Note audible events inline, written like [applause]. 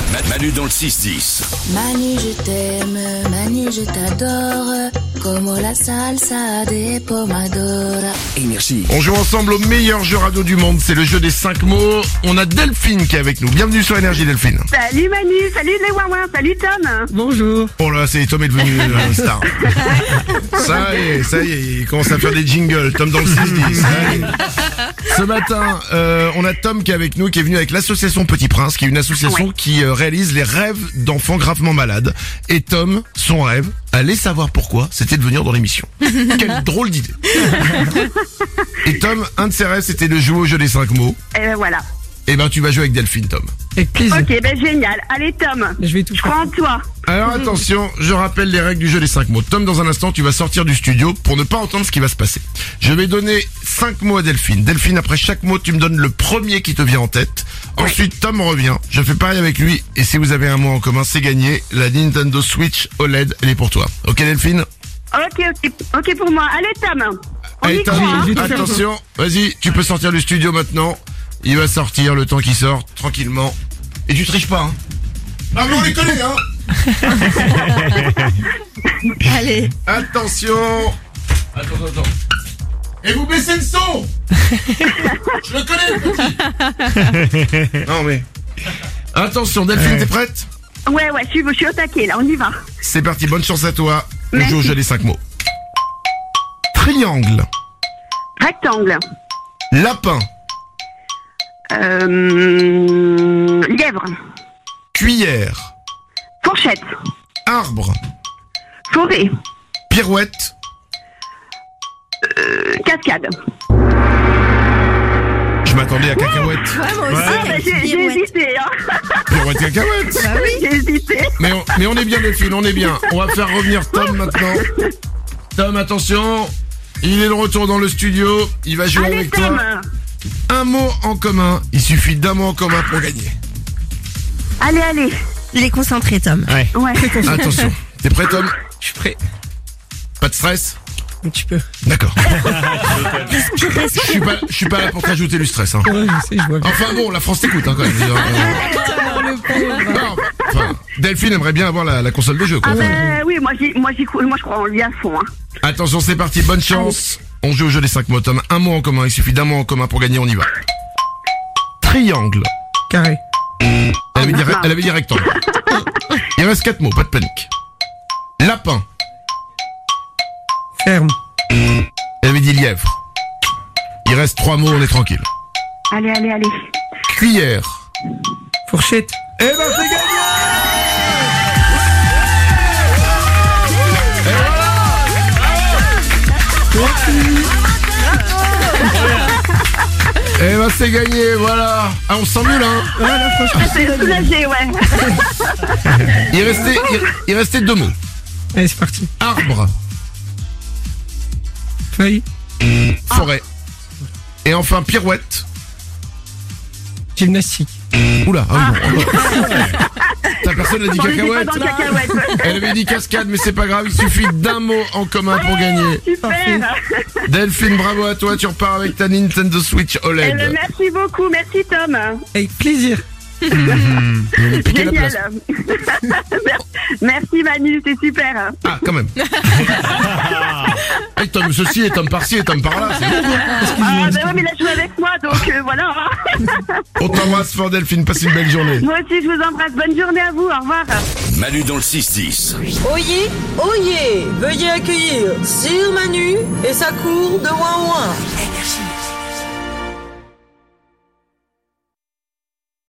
Ma- Manu dans le 6-10. Manu, je t'aime, Manu, je t'adore. Como la salsa de pomadora. Énergie. On joue ensemble au meilleur jeu radio du monde, c'est le jeu des 5 mots. On a Delphine qui est avec nous. Bienvenue sur Énergie Delphine. Salut Manu, salut les Wawins, salut Tom. Bonjour. Oh là, c'est Tom est devenu euh, star. [laughs] Ça y est, ça y est, il commence à faire des jingles. Tom dans le 6-10. Ça y est. Ce matin, euh, on a Tom qui est avec nous, qui est venu avec l'association Petit Prince, qui est une association qui euh, réalise les rêves d'enfants gravement malades. Et Tom, son rêve, allez savoir pourquoi, c'était de venir dans l'émission. Quelle drôle d'idée. Et Tom, un de ses rêves, c'était de jouer au jeu des 5 mots. Et ben voilà. Eh ben, tu vas jouer avec Delphine, Tom. Avec plaisir. Ok, ben génial. Allez Tom, Je vais tout je crois en toi. Alors attention, je rappelle les règles du jeu des 5 mots. Tom, dans un instant, tu vas sortir du studio pour ne pas entendre ce qui va se passer. Je vais donner 5 mots à Delphine. Delphine, après chaque mot, tu me donnes le premier qui te vient en tête. Ensuite, Tom revient. Je fais pareil avec lui. Et si vous avez un mot en commun, c'est gagné. La Nintendo Switch OLED, elle est pour toi. Ok Delphine Ok, ok, ok pour moi. Allez Tom. On Allez, y croit. Tom, hein. j'ai tout fait. attention. Vas-y, tu peux sortir du studio maintenant. Il va sortir le temps qu'il sort, tranquillement. Et tu triches pas, hein Ah, mais on les connaît, [laughs] hein Allez. Attention Attends, attends. Et vous baissez le [laughs] son Je le connais, le petit. Non, mais... Attention, Delphine, t'es prête hein. Ouais, ouais, je suis, je suis au taquet là, on y va. C'est parti, bonne chance à toi. On Merci. joue au jeu des 5 mots. Triangle, Rectangle. lapin, Euh, lièvre. cuillère, Fourchette. arbre, Forêt. pirouette. euh, cascade. Je m'attendais à cacahuète. Ouais, moi aussi, Ah, t'as ben, une j'ai j'ai pirouette. hésité, hein. Pirouette, cacahuète [laughs] J'ai hésité. Mais on, mais on est bien Delphine, on est bien. On va faire revenir Tom maintenant. Tom, attention. Il est de retour dans le studio. Il va jouer Allez avec toi. Tom. Un mot en commun. Il suffit d'un mot en commun pour gagner. Allez, allez. Il est concentré, Tom. Ouais. Attention. T'es prêt, Tom Je suis prêt. Pas de stress Tu peux. D'accord. Je suis pas, je suis pas là pour t'ajouter du stress. hein. Ouais, je sais, je vois. Enfin bon, la France t'écoute hein, [laughs] quand même. Euh, non, enfin, Delphine aimerait bien avoir la, la console de jeu. quoi. Ah bah, ben oui, moi j'y, moi j'y, cou- moi je crois en lui à fond. Hein. Attention, c'est parti. Bonne chance. On joue au jeu des 5 mots, Tom. Un mot en commun. Il suffit d'un mot en commun pour gagner. On y va. Triangle. Carré. Elle avait, dit, elle avait dit rectangle. Il reste quatre mots, pas de panique. Lapin. Ferme. Elle avait dit lièvre. Il reste trois mots, on est tranquille. Allez, allez, allez. Cuillère. Fourchette. Eh ben c'est gagné Et voilà Eh ben c'est gagné, voilà Ah on se sent mieux là hein. C'est soulagé, ouais. il, restait, il, il restait deux mots. Allez, ben, c'est parti. Arbre, Feuille. Ah. forêt. Et enfin pirouette. Gymnastique. Oula, ah, oui, bon, T'as personne n'a dit On était pas cacahuète dans le cacahuète. ouais. Elle avait dit cascade, mais c'est pas grave, il suffit d'un mot en commun pour gagner. Super. Eh Delphine, bravo à toi, tu repars avec ta Nintendo Switch Eh ben, OLED. merci beaucoup, merci Tom. Avec plaisir. Piquez la place. Génial. [laughs] merci Manu, c'est super. Ah, quand [laughs] même. Et Tom ceci, et Tom par-ci, et Tom par-là. c'est- Ah ben ouais, mais il a joué avec moi, donc euh, voilà. [laughs] On t'embrasse fort, Delphine, passe une belle journée. Moi aussi, je vous embrasse. Bonne journée à vous. Au revoir. Manu dans le 6-10. Oyez, oyez, veuillez accueillir Sir Manu et sa cour de Ouin Ouin.